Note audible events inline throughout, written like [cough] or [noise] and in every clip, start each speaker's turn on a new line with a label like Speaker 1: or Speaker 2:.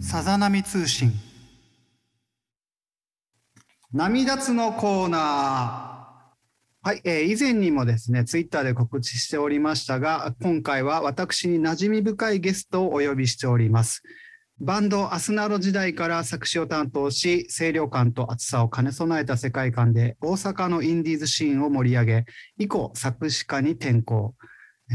Speaker 1: さざ波通信波立つのコーナーはい、えー以前にもですねツイッターで告知しておりましたが今回は私に馴染み深いゲストをお呼びしておりますバンドアスナロ時代から作詞を担当し清涼感と厚さを兼ね備えた世界観で大阪のインディーズシーンを盛り上げ以降作詞家に転向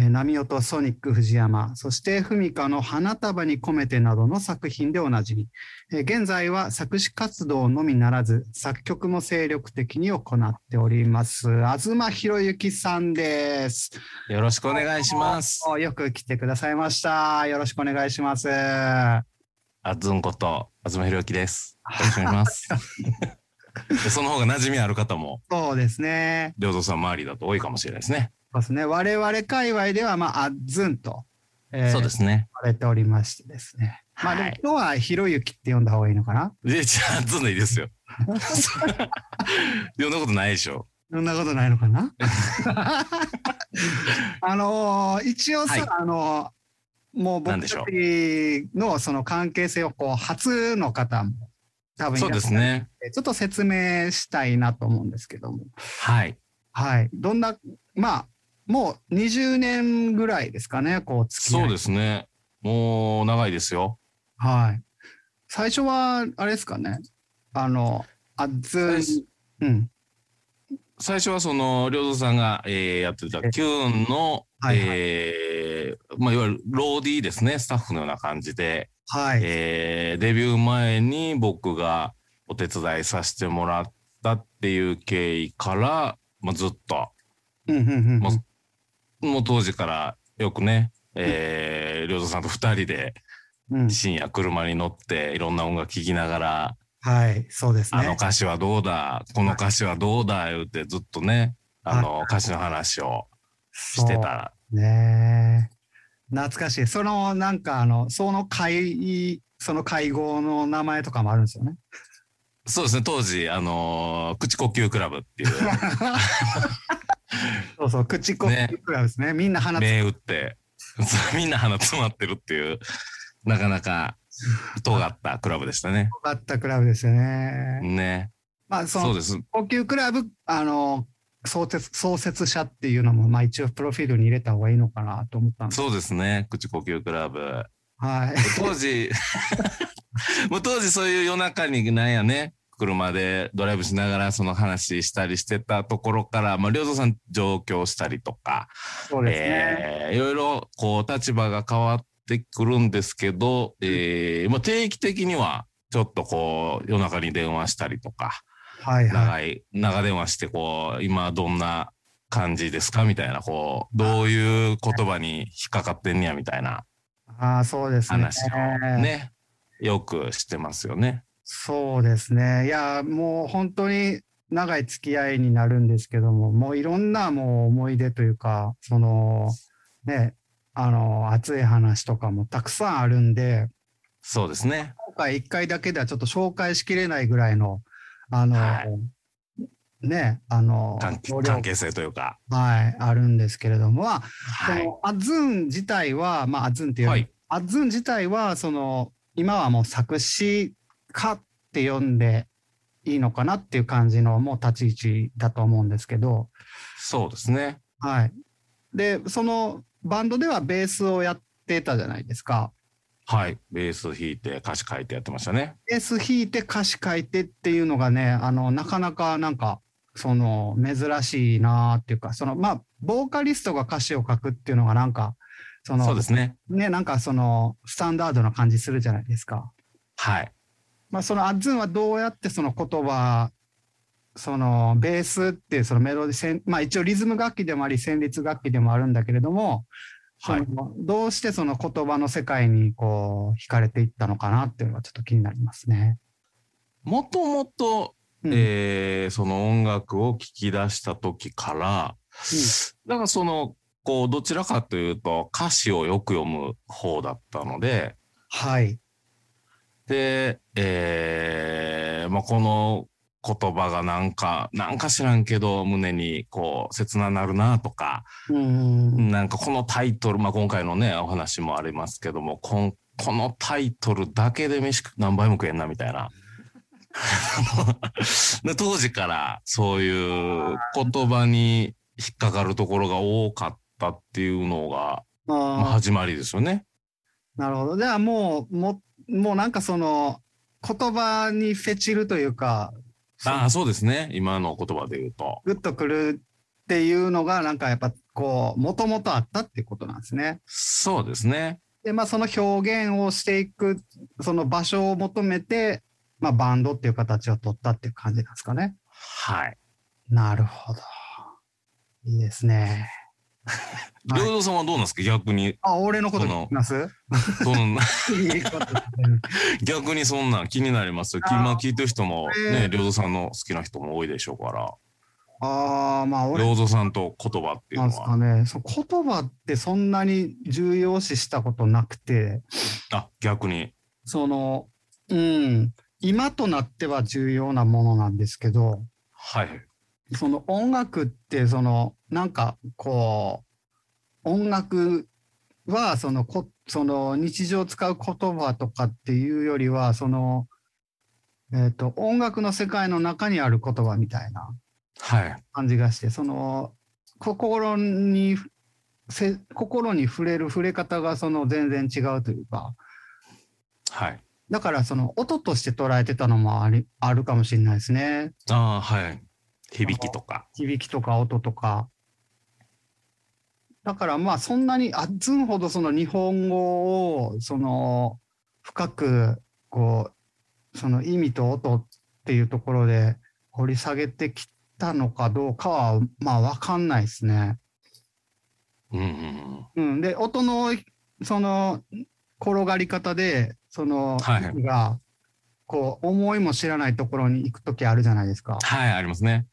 Speaker 1: えー波音ソニック藤山そしてフミカの「花束に込めて」などの作品でおなじみえー現在は作詞活動のみならず作曲も精力的に行っております東博之さんです
Speaker 2: よろしくお願いします。
Speaker 1: およく来てくださいましたよろしくお願いします
Speaker 2: あずんこと、あずまひろゆきです。よろしくお願いし [laughs] ます。その方が馴染みある方も、
Speaker 1: そうですね
Speaker 2: りょうぞさん周りだと多いかもしれないですね。
Speaker 1: そうですね我々界隈ではまああっずんと、えー
Speaker 2: そうですね。
Speaker 1: 言われておりましてですねまあでも
Speaker 2: はい
Speaker 1: 今日はひろゆきって呼んだ方がいいのかな
Speaker 2: で、じゃあ、あずんでいい [laughs] ですよ。そんなことないでしょ。
Speaker 1: そんなことないのか
Speaker 2: [laughs]
Speaker 1: なあのー一応さ、
Speaker 2: はい
Speaker 1: あのーもう僕
Speaker 2: なん
Speaker 1: た
Speaker 2: で
Speaker 1: ち
Speaker 2: しょう
Speaker 1: のその関係性をこう初の方も多分いらっしゃ
Speaker 2: そう
Speaker 1: る
Speaker 2: ですね。
Speaker 1: ちょっと説明したいなと思うんですけども
Speaker 2: はい。
Speaker 1: はいどんなまあもう20年ぐらいですかねこう付き合い
Speaker 2: そうですね。もう、長いですよ。
Speaker 1: はい最初はあれですかねあのあず
Speaker 2: 最初
Speaker 1: うん
Speaker 2: 最初はその、りょうぞさんが、えーやってた、キューンの、
Speaker 1: はいはい
Speaker 2: えーまあ、いわゆる、ローディーですね。スタッフのような感じで、
Speaker 1: はい、
Speaker 2: えーデビュー前に僕がお手伝いさせてもらったっていう経緯から、まあ、ずっと
Speaker 1: うんうんうんうん
Speaker 2: もうもう当時からよくねえー良三、さんと2人で
Speaker 1: うん
Speaker 2: 深夜車に乗っていろんな音楽聴きながら、
Speaker 1: はいそうです
Speaker 2: あの
Speaker 1: ね
Speaker 2: 歌詞はどうだこの歌詞はどうだ言うてずっとねあの歌詞の話を
Speaker 1: し
Speaker 2: してた
Speaker 1: ねえ懐かしいそのなんかあのその会その会合の名前とかもあるんですよ
Speaker 2: [laughs]
Speaker 1: ね
Speaker 2: そうですね当時あの口呼吸クラブっていう
Speaker 1: そうそう口コミ
Speaker 2: ね
Speaker 1: クラブですねみんな話す
Speaker 2: 目打って [laughs] そうみんな鼻詰まってるっていうなかなか尖ったクラブでしたね。
Speaker 1: かったクラブですよね、
Speaker 2: ね
Speaker 1: まあそ
Speaker 2: そう
Speaker 1: の
Speaker 2: です
Speaker 1: 高級クラブあの創設創設者っていうのもまあ一応プロフィールに入れた方がいいのかなと思ったんです
Speaker 2: そうですね口呼吸クラブ
Speaker 1: はい
Speaker 2: 当時 [laughs] もう当時そういう夜中になんやね車でドライブしながらその話したりしてたところから、まあ、良三さん上京したりとか、
Speaker 1: そうですね、
Speaker 2: えーいろいろこう立場が変わってくるんですけど、えーまあ、定期的にはちょっとこう夜中に電話したりとか、
Speaker 1: はいはい
Speaker 2: 長い長電話してこう今どんな感じですかみたいなこうどういう言葉に引っかかってんねやみたいな
Speaker 1: ああそうですね
Speaker 2: 話をねよくしてますよね。
Speaker 1: そうですね。いや、もう本当に長い付き合いになるんですけども、もういろんなもう思い出というか、その、ね、あの、熱い話とかもたくさんあるんで、
Speaker 2: そうですね。
Speaker 1: 今回1回だけではちょっと紹介しきれないぐらいの、あの、
Speaker 2: は
Speaker 1: ね、あの、
Speaker 2: 関係
Speaker 1: 容量
Speaker 2: 関係性というか。
Speaker 1: はい、あるんですけれども、まあそ
Speaker 2: はい。
Speaker 1: のアズン自体は、まあ、アズンっていうより、
Speaker 2: はい
Speaker 1: アズン自体はその今はもう作詞家って呼んでいいのかなっていう感じのもう立ち位置だと思うんですけど、
Speaker 2: そうですね。
Speaker 1: はい、でそのバンドではベースをやってたじゃないですか。
Speaker 2: はい。ベース弾いて歌詞書いてやってましたね。
Speaker 1: ベース弾いて歌詞書いてっていうのがねあのなかなかなんかその珍しいなっていうかそのまあボーカリストが歌詞を書くっていうのがなんかその
Speaker 2: そうですね。
Speaker 1: ね、なんかそのスタンダードな感じするじゃないですか。
Speaker 2: はい。
Speaker 1: まあ、そのアッズンはどうやってその言葉そのベースっていうそのメロディ旋まあ一応リズム楽器でもあり旋律楽器でもあるんだけれども、
Speaker 2: はい
Speaker 1: そのどうしてその言葉の世界にこう惹かれていったのかなっていうのがちょっと気になりますね。
Speaker 2: もともと、
Speaker 1: うん
Speaker 2: えーその音楽を聞き出した時から、だからその、こう、どちらかというと歌詞をよく読む方だったので、
Speaker 1: はい、
Speaker 2: で、えーまあ、この言葉がなんか、なんか知らんけど、胸にこう、切ななるなとか、
Speaker 1: うん。
Speaker 2: なんかこのタイトル、まあ、今回のね、お話もありますけども、こんこのタイトルだけで飯何倍も食えんなみたいな。 [laughs] で当時からそういう言葉に引っかかるところが多かったっていうのが、まあ、
Speaker 1: あ
Speaker 2: 始まりですよね。
Speaker 1: あ、なるほど。じゃあもう、も、もうなんかその、言葉にフェチるというか、
Speaker 2: ああ、そうですね。今の言葉で言うと。
Speaker 1: グッとくるっていうのが、なんかやっぱこう、もともとあったってことなんですね。
Speaker 2: そうですね。
Speaker 1: で、まあその表現をしていく、その場所を求めて、まあバンドっていう形を取ったっていう感じなんですかね。
Speaker 2: はい。
Speaker 1: なるほど。いいですね。はい
Speaker 2: 良三さんはどうなんですか逆に。
Speaker 1: あ、俺のこと聞きます
Speaker 2: その
Speaker 1: [laughs] いいこと聞く
Speaker 2: [laughs] 逆にそんなん気になりますよ。
Speaker 1: あー
Speaker 2: 今聞いてる人も
Speaker 1: え
Speaker 2: ね、
Speaker 1: ー
Speaker 2: 良三さんの好きな人も多いでしょうから。
Speaker 1: ああ、まあ俺
Speaker 2: ロードさんと言葉っていう
Speaker 1: なんで
Speaker 2: の
Speaker 1: すか
Speaker 2: は。
Speaker 1: ね。そう言葉ってそんなに重要視したことなくて、
Speaker 2: あ、逆に。
Speaker 1: その、うん、今となっては重要なものなんですけど、
Speaker 2: はい。
Speaker 1: その音楽って、その、なんかこう、音楽はそのこ、その日常使う言葉とかっていうよりは、その、えっ、と、音楽の世界の中にある言葉みたいな。
Speaker 2: はい。
Speaker 1: 感じがしてその心にせ心に触れる触れ方がその全然違うというか
Speaker 2: はい。
Speaker 1: だからその音として捉えてたのもありあるかもしれないですね
Speaker 2: ああ、はい。響きとか。
Speaker 1: 響きとか音とかだからまあそんなにあっずんほどその日本語をその深くこうその意味と音っていうところで掘り下げてきたのかどうかはまあ分かんないですね。
Speaker 2: うんうんうん。
Speaker 1: うん、で音のその転がり方でその、
Speaker 2: はい
Speaker 1: 息がこう思いも知らないところに行く時あるじゃないですか。
Speaker 2: はい、ありますね。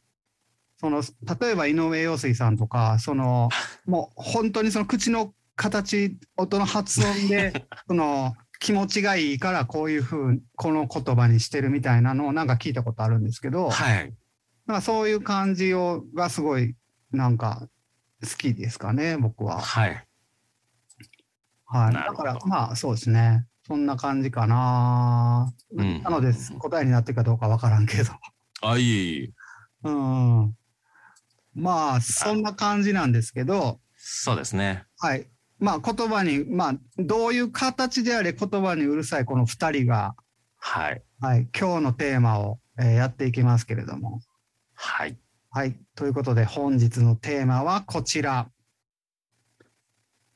Speaker 1: その例えば井上陽水さんとかそ
Speaker 2: [laughs]
Speaker 1: のもう本当にその口の形音の発音
Speaker 2: [laughs]
Speaker 1: でその気持ちがいいからこういうふうこの言葉にしてるみたいなのをなんか聞いたことあるんですけど、
Speaker 2: はい。
Speaker 1: なんかそういう感じをがすごいなんか好きですかね僕は。
Speaker 2: はい。
Speaker 1: はい。
Speaker 2: なる
Speaker 1: だ
Speaker 2: ほど
Speaker 1: から、まあ、そうですね。そんな感じかな。
Speaker 2: うん
Speaker 1: なので、答えになってるかどうかわからんけど。
Speaker 2: あ、いえいえ。
Speaker 1: うん。まあ、そんな感じなんですけど、
Speaker 2: そうですね。
Speaker 1: はい。まあ、言葉に、まあ、どういう形であれ言葉にうるさいこの二人が、
Speaker 2: はい。
Speaker 1: はい、今日のテーマを、えーやっていきますけれども。
Speaker 2: はい。
Speaker 1: はい。ということで、本日のテーマはこちら。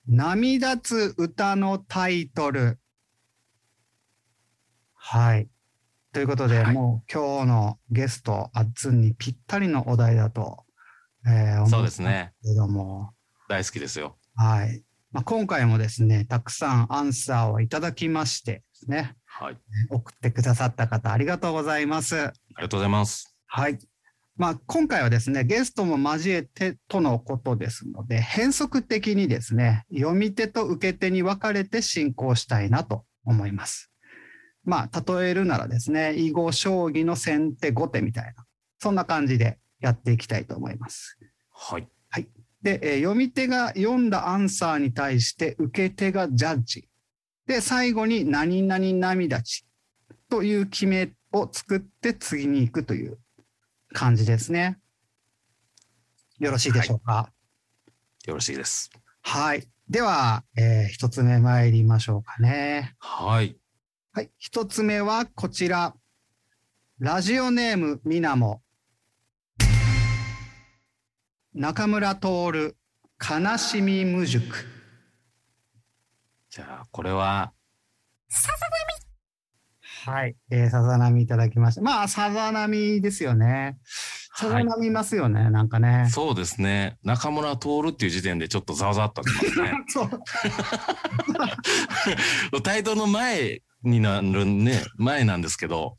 Speaker 1: 波立つ歌のタイトル。はい。ということで、
Speaker 2: はい
Speaker 1: もう今日のゲスト、あっつんにぴったりのお題だと、えー思
Speaker 2: そう
Speaker 1: うん
Speaker 2: で
Speaker 1: ですすけ
Speaker 2: ね。
Speaker 1: れども、
Speaker 2: 大好きですよ。
Speaker 1: はい。まあ、今回もですね、たくさんアンサーをいただきましてですね、
Speaker 2: はい。
Speaker 1: 送ってくださった方、ありがとうございます。
Speaker 2: ありがとうございます。
Speaker 1: はい。まあ、今回はですね、ゲストも交えてとのことですので、変則的にですね、読み手と受け手に分かれて進行したいなと思います。まあ、例えるならですね、囲碁将棋の先手後手みたいな、そんな感じでやっていきたいと思います。
Speaker 2: はい。
Speaker 1: で、えー読み手が読んだアンサーに対して受け手がジャッジ。で、最後に何々涙ちという決めを作って次に行くという感じですね。よろしいでしょうか。
Speaker 2: よろしいです。
Speaker 1: はい。では、えー一つ目参りましょうかね。
Speaker 2: はい。
Speaker 1: はい。一つ目はこちら。ラジオネームみなも。中村徹、悲しみ無塾。
Speaker 2: じゃあ、これは、
Speaker 1: はい。えー、さざ波いただきました。まあ、さざ波ですよね。さ
Speaker 2: は
Speaker 1: ざ波いますよね、なんかね [laughs]
Speaker 2: い。。そうですね。中村徹っていう時点でちょっとざわざわっとします [laughs] ね。
Speaker 1: そう。
Speaker 2: タイトルの前になるね、前なんですけど、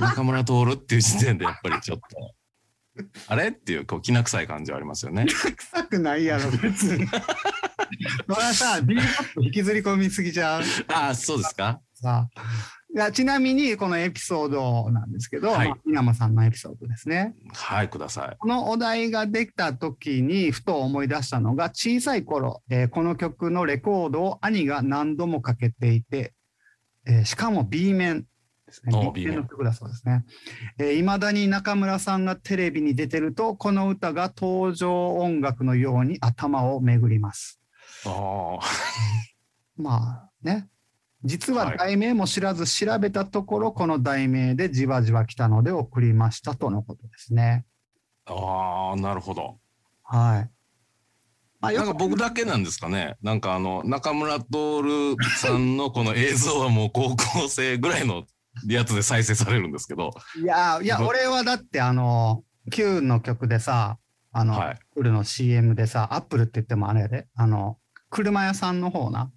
Speaker 2: 中村徹っていう時点でやっぱりちょっと、あれっていう、こう、きな臭い感じはありますよ [laughs] ね。
Speaker 1: 臭くないや
Speaker 2: [laughs]
Speaker 1: ろ、別に。それはさ、ビーバップ引きずり込みすぎちゃう
Speaker 2: ああ、そうですか
Speaker 1: さ。いやちなみに、このエピソードなんですけど、
Speaker 2: はい
Speaker 1: まあ稲間さんのエピソードですね。
Speaker 2: はい、ください。
Speaker 1: このお題ができた時にふと思い出したのが小さい頃、えーこの曲のレコードを兄が何度もかけていて、えーしかも B 面ですね
Speaker 2: お
Speaker 1: B
Speaker 2: B
Speaker 1: 面
Speaker 2: 面
Speaker 1: の曲だそうですねいま、えー未だに中村さんがテレビに出てるとこの歌が登場音楽のように頭を巡ります
Speaker 2: ああ、
Speaker 1: まあね実
Speaker 2: は
Speaker 1: はい題名も知らず調べたところ、この題名でじわじわ来たので送りましたとのことですね
Speaker 2: ああ、なるほど。
Speaker 1: はいまあ
Speaker 2: な
Speaker 1: よ
Speaker 2: ん
Speaker 1: く
Speaker 2: か僕だけなんですかね。なんかあの、中村徹さんのこの映像はもう高校生ぐらいのやつで再生されるんですけど。
Speaker 1: いやー、いや、
Speaker 2: ど
Speaker 1: 俺はだって、あの、Q の曲でさ、あの、
Speaker 2: は
Speaker 1: アップルの CM でさ、アップルって言ってもあれやで、あの、車屋さんの方な、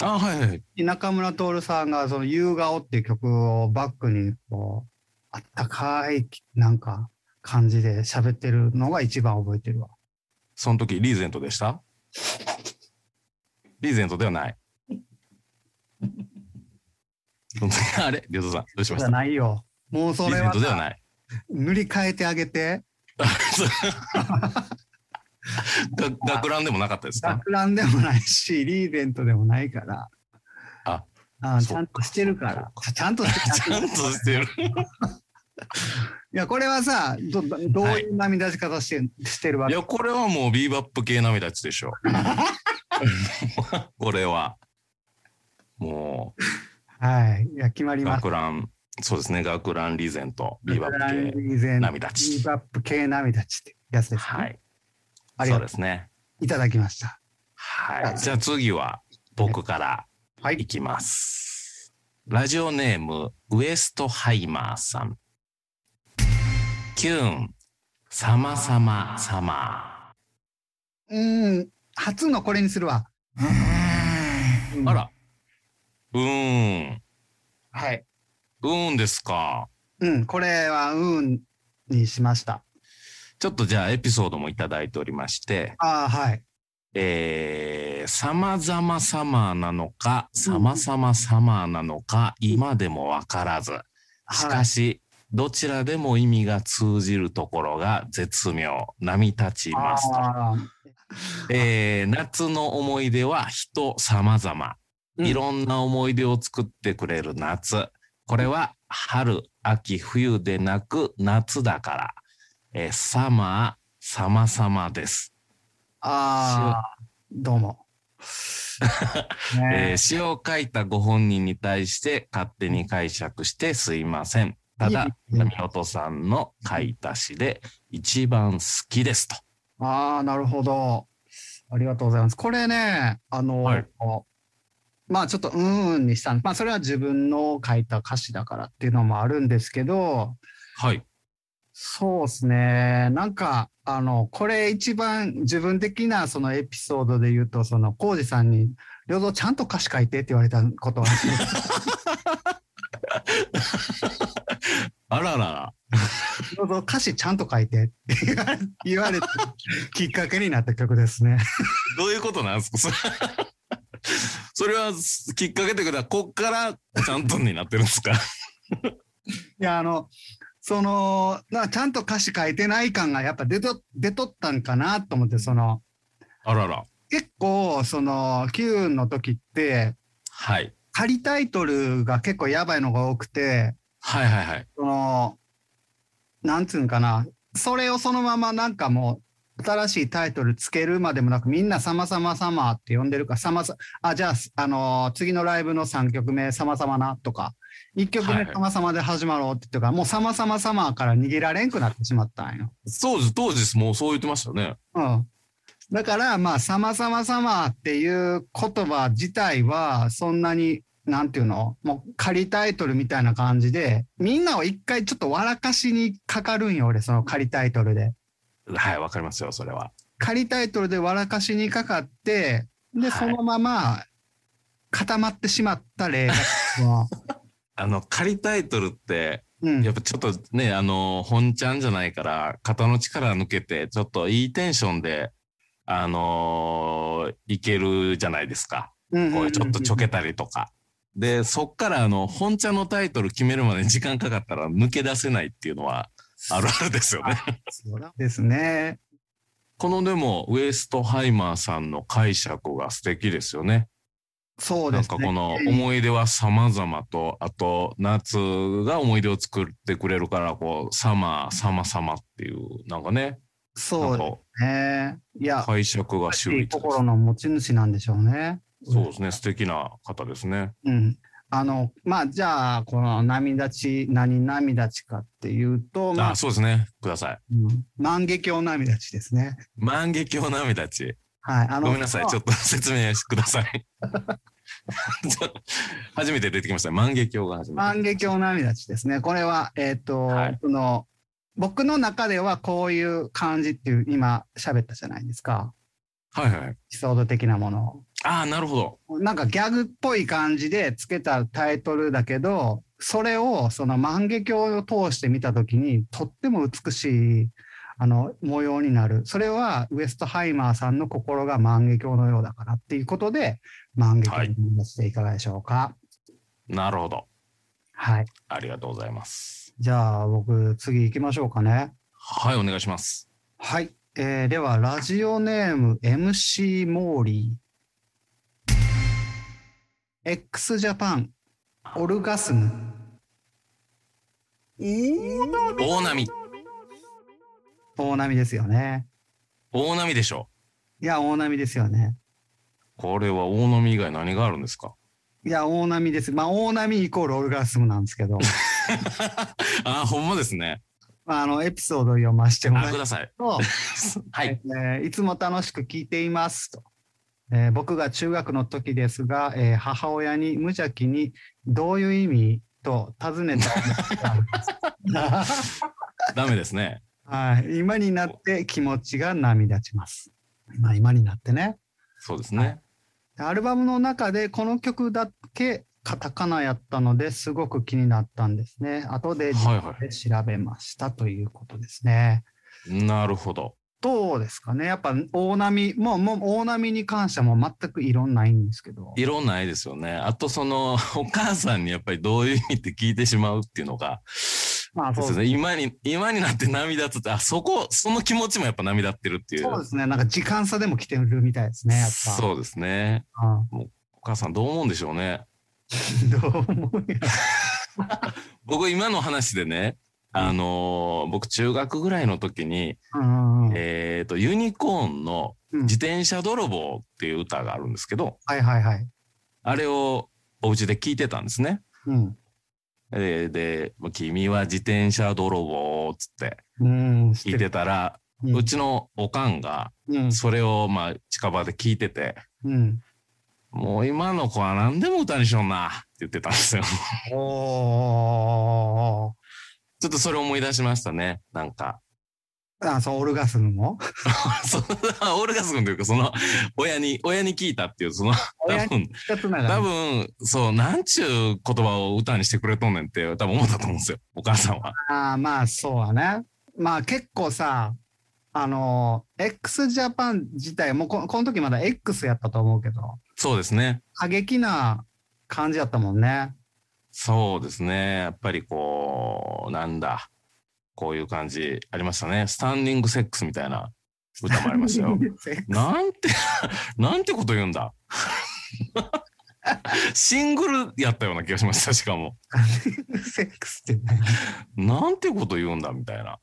Speaker 2: あはいはい。
Speaker 1: 中村徹さんが、その、夕顔っていう曲をバックに、こう、あったかい、なんか、感じで喋ってるのが一番覚えてるわ。
Speaker 2: その時、リーゼントでしたリーゼントではない。 [laughs] あれりょうさん、どうしま
Speaker 1: じゃ
Speaker 2: した
Speaker 1: ないよ。もうそ
Speaker 2: リー
Speaker 1: れ
Speaker 2: ゼン
Speaker 1: は
Speaker 2: トでは
Speaker 1: さ
Speaker 2: ない。
Speaker 1: 塗り替えてあげて、
Speaker 2: が学ランでもなかったですか
Speaker 1: 学ランでもないし、リーゼントでもないから。
Speaker 2: あ
Speaker 1: あ
Speaker 2: そ
Speaker 1: ち
Speaker 2: っか
Speaker 1: ゃんとしてるから。ちゃんとして
Speaker 2: ち
Speaker 1: る
Speaker 2: ゃんとしてる。
Speaker 1: いや、これはさ、どどどういう涙し方して,、してるわ
Speaker 2: い
Speaker 1: け
Speaker 2: や、これはもうビーバップ系涙ちでしょ。 [laughs] これは。も
Speaker 1: はい。いや、決ま
Speaker 2: う、
Speaker 1: ります。
Speaker 2: 学ラン、そうですね、学ランリーゼント、ビーバ
Speaker 1: ブラン
Speaker 2: ップ系
Speaker 1: リーゼント
Speaker 2: 涙
Speaker 1: ビー
Speaker 2: ち。
Speaker 1: バップ系涙ちってやつです、ね。
Speaker 2: はい。
Speaker 1: ありが
Speaker 2: そう
Speaker 1: とう
Speaker 2: ですね。
Speaker 1: いただきました。
Speaker 2: はい。じゃあ次は僕から
Speaker 1: はい
Speaker 2: いきます。ラジオネーム、ウエストハイマーさん。キューン、さまさまさま。
Speaker 1: うーん、初のこれにするわ。うん
Speaker 2: あ。ら。うーん。
Speaker 1: はい。
Speaker 2: うーんですか。
Speaker 1: うん、これは、うんにしました。
Speaker 2: ちょっとじゃあエピソードもいただいておりまして、
Speaker 1: ああ、はい。
Speaker 2: えー、様々サマーなのか、様々サマーなのか、今でもわからず。し
Speaker 1: は
Speaker 2: か
Speaker 1: い。
Speaker 2: し、どちらでも意味が通じるところが絶妙、波立ちますと。
Speaker 1: あ
Speaker 2: えー夏の思い出は人様々。
Speaker 1: うん
Speaker 2: いろんな思い出を作ってくれる夏。これは春、秋、冬でなく夏だから。えー、サマー、様々です。
Speaker 1: ああー、どう
Speaker 2: [laughs]
Speaker 1: も。
Speaker 2: えー
Speaker 1: ね
Speaker 2: 詩を書いたご本人に対して勝手に解釈してすいません。ただ、
Speaker 1: いえいえ
Speaker 2: 波音さんの書いた詩で一番好きですと。
Speaker 1: ああ、なるほど。ありがとうございます。これね、あの、
Speaker 2: はい
Speaker 1: まあちょっとうーんにしたんまあそれは自分の書いた歌詞だからっていうのもあるんですけど、
Speaker 2: はい。
Speaker 1: そうですね。なんか、あの、これ一番自分的なそのエピソードで言うと、その、浩二さんに、両蔵ちゃんと歌詞書いてって言われたことは、
Speaker 2: あららら。
Speaker 1: 両蔵歌詞ちゃんと書いてって言われ [laughs] 言われたきっかけになった曲ですね。
Speaker 2: どういうことなんですかそ [laughs] れそれはきっかけということは、こっからちゃんとになってるんですか [laughs]
Speaker 1: いや、あの、その、なちゃんと歌詞書いてない感がやっぱ出と出とったんかなと思って、その、
Speaker 2: あらら。
Speaker 1: 結構、その、Q の時って、
Speaker 2: はい。
Speaker 1: 仮タイトルが結構やばいのが多くて、
Speaker 2: はいはいはい。
Speaker 1: その、なんつうんかな、それをそのままなんかもう、新しいタイトルつけるまでもなく、みんな様々様って呼んでるから、様々、あ、じゃあ、あのー次のライブの3曲目、様々なとか、1曲
Speaker 2: は
Speaker 1: 目
Speaker 2: いはい
Speaker 1: 様々で始まろうって言ってから、もう様々様から逃げられんくなってしまったんよ。
Speaker 2: そうです。当時もうそう言ってましたよね。
Speaker 1: うん。だから、まあ、様々様っていう言葉自体は、そんなに、なんていうのもう仮タイトルみたいな感じで、みんなを一回ちょっと笑かしにかかるんよ、俺、その仮タイトルで。
Speaker 2: はい、わかりますよ、それは。
Speaker 1: 仮タイトルで笑かしにかかって、
Speaker 2: は
Speaker 1: で、
Speaker 2: い
Speaker 1: そのまま固まってしまった
Speaker 2: [laughs]
Speaker 1: 例が、も
Speaker 2: あの、仮タイトルって、
Speaker 1: ううん
Speaker 2: やっぱちょっとね、あの、本ちゃんじゃないから、肩の力抜けて、ちょっといいテンションで、あのーいけるじゃないですか。
Speaker 1: うんうんうん
Speaker 2: こういうちょっとちょけたりとか。で、そっからあの、本茶のタイトル決めるまで時間かかったら抜け出せないっていうのはあるあるですよね。
Speaker 1: そうですね。
Speaker 2: このでも、ウエストハイマーさんの解釈が素敵ですよね。
Speaker 1: そう
Speaker 2: な
Speaker 1: で
Speaker 2: ん
Speaker 1: す
Speaker 2: か
Speaker 1: ね。
Speaker 2: この思い出は様々と、あと夏が思い出を作ってくれるから、こう、サマー、サマサマっていう、なんかね、
Speaker 1: そう
Speaker 2: な
Speaker 1: んで
Speaker 2: か
Speaker 1: すね。いや、
Speaker 2: 解釈が秀逸です。
Speaker 1: 心の持ち主なんでしょうね。
Speaker 2: そうですね、素敵な方ですね。
Speaker 1: うん。あの、まあ、じゃあ、この涙ち、何涙ちかっていうと、まあ
Speaker 2: あ、、そうですね、ください。
Speaker 1: うん万華鏡涙ちですね。
Speaker 2: 万華鏡涙ち。
Speaker 1: はい。あの、
Speaker 2: ごめんなさい、ちょっと説明してください。 [laughs] ちょ初めて出てきました。万華鏡が初めて。
Speaker 1: 万華鏡涙ちですね。これは、えっ、と、
Speaker 2: はい
Speaker 1: その、僕の中ではこういう感じっていう、今喋ったじゃないですか。
Speaker 2: はいはい。
Speaker 1: エピソード的なもの
Speaker 2: ああ、なるほど。
Speaker 1: を。なんかギャグっぽい感じでつけたタイトルだけど、それをその万華鏡を通して見たときに、とっても美しい、あの、模様になる。それはウエストハイマーさんの心が万華鏡のようだからっていうことで、万華鏡に出していかがでしょうか。
Speaker 2: なるほど。
Speaker 1: はい。
Speaker 2: ありがとうございます。
Speaker 1: じゃあ、僕、次行きましょうかね。
Speaker 2: はい、お願いします。
Speaker 1: はい、えーではラジオネーム MC モーリー x ジャパンオルガスム
Speaker 2: 大波。
Speaker 1: 大波ですよね
Speaker 2: 大波でしょ。
Speaker 1: いや大波ですよね
Speaker 2: これは大波以外何があるんですか [laughs]
Speaker 1: いや大波ですまあ大波イコールオルガスムなんですけど
Speaker 2: あー、ほんまですね。
Speaker 1: まああのエピソードを読ませてもら
Speaker 2: あ、
Speaker 1: う
Speaker 2: ください。
Speaker 1: と
Speaker 2: はい。
Speaker 1: えーいつも楽しく聞いていますと、えー僕が中学の時ですが、えー母親に無邪気にどういう意味と尋ねたことがあり
Speaker 2: [laughs]
Speaker 1: ます
Speaker 2: ダメですね。
Speaker 1: はい、今になって気持ちが涙ちます。まあ、今になってね。
Speaker 2: そうですね。
Speaker 1: アルバムの中でこの曲だけカタカナやったのですごく気になったんですね。後で自
Speaker 2: はい
Speaker 1: 分
Speaker 2: は
Speaker 1: で調べましたということですね。
Speaker 2: い。なるほど。
Speaker 1: どうですかねやっぱ大波、もうもう大波に関してはもう全く異論ないんですけど。
Speaker 2: いろんな絵ですよね。あとその、お母さんにやっぱりどういう意味って聞いてしまうっていうのが、
Speaker 1: まあ
Speaker 2: そう
Speaker 1: そう
Speaker 2: ですね。今に、今になって涙つって、あ、そこ、その気持ちもやっぱ涙ってるっていう。
Speaker 1: そうですね。なんか時間差でも来てるみたいですね、やっぱ。
Speaker 2: そうですね。 [laughs] お母さんどう思うんでしょうね。
Speaker 1: うんどう思うや
Speaker 2: 僕今の話でね、あのー僕中学ぐらいの時に、
Speaker 1: うんうんうん
Speaker 2: えっ、と、ユニコーンの
Speaker 1: うん
Speaker 2: 自転車泥棒っていう歌があるんですけど、
Speaker 1: はいはいはい。
Speaker 2: あれをお家で聞いてたんですね。
Speaker 1: うん。
Speaker 2: で、で君は自転車泥棒っつって
Speaker 1: うん、知
Speaker 2: 聞いて。たら、
Speaker 1: うん
Speaker 2: うちのおかんが
Speaker 1: うん。
Speaker 2: それをまあ近場で聞いてて、
Speaker 1: うん。
Speaker 2: もう今の子は何でも歌にしよんなって言ってたんですよ。 [laughs]
Speaker 1: おー。
Speaker 2: ちょっとそれ思い出しましたね。なんか。 [laughs]
Speaker 1: あ、そう、オルガスムも。
Speaker 2: そのオールガス君というか、その、親に、親に聞いたっていう、その、
Speaker 1: 親
Speaker 2: 多
Speaker 1: に
Speaker 2: 分、
Speaker 1: 聞つなが
Speaker 2: 多
Speaker 1: ら。
Speaker 2: 分、そう、なんちゅう言葉を歌にしてくれとんねんって、多分思ったと思うんですよ。お母さんは。
Speaker 1: あーまあ、そうはね。まあ、結構さ、あの、x ジャパン自体、もうここの時まだ X やったと思うけど、
Speaker 2: そうですね。
Speaker 1: 過激な感じやったもんね。
Speaker 2: そうですね。やっぱりこう、なんだ。こういう感じありましたね。スタンディングセックスみたいな歌もあり
Speaker 1: [laughs]
Speaker 2: ましたよ。なんて、 [laughs] なんてこと言うんだ。シングルやったような気がしました、しかも。
Speaker 1: セックスってね。
Speaker 2: なんてこと言うんだ、みたいな。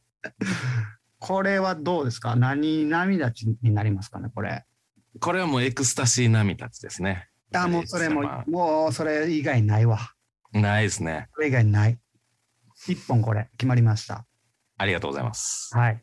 Speaker 1: これはどうですか何涙ちになりますかね、これ。
Speaker 2: これはもうエクスタシー並みたちですね。
Speaker 1: あ、もうそれも
Speaker 2: ま、
Speaker 1: もうそれ以外ないわ。
Speaker 2: ないですね。
Speaker 1: それ以外ない。一本これ、決まりました。
Speaker 2: ありがとうございます。
Speaker 1: はい。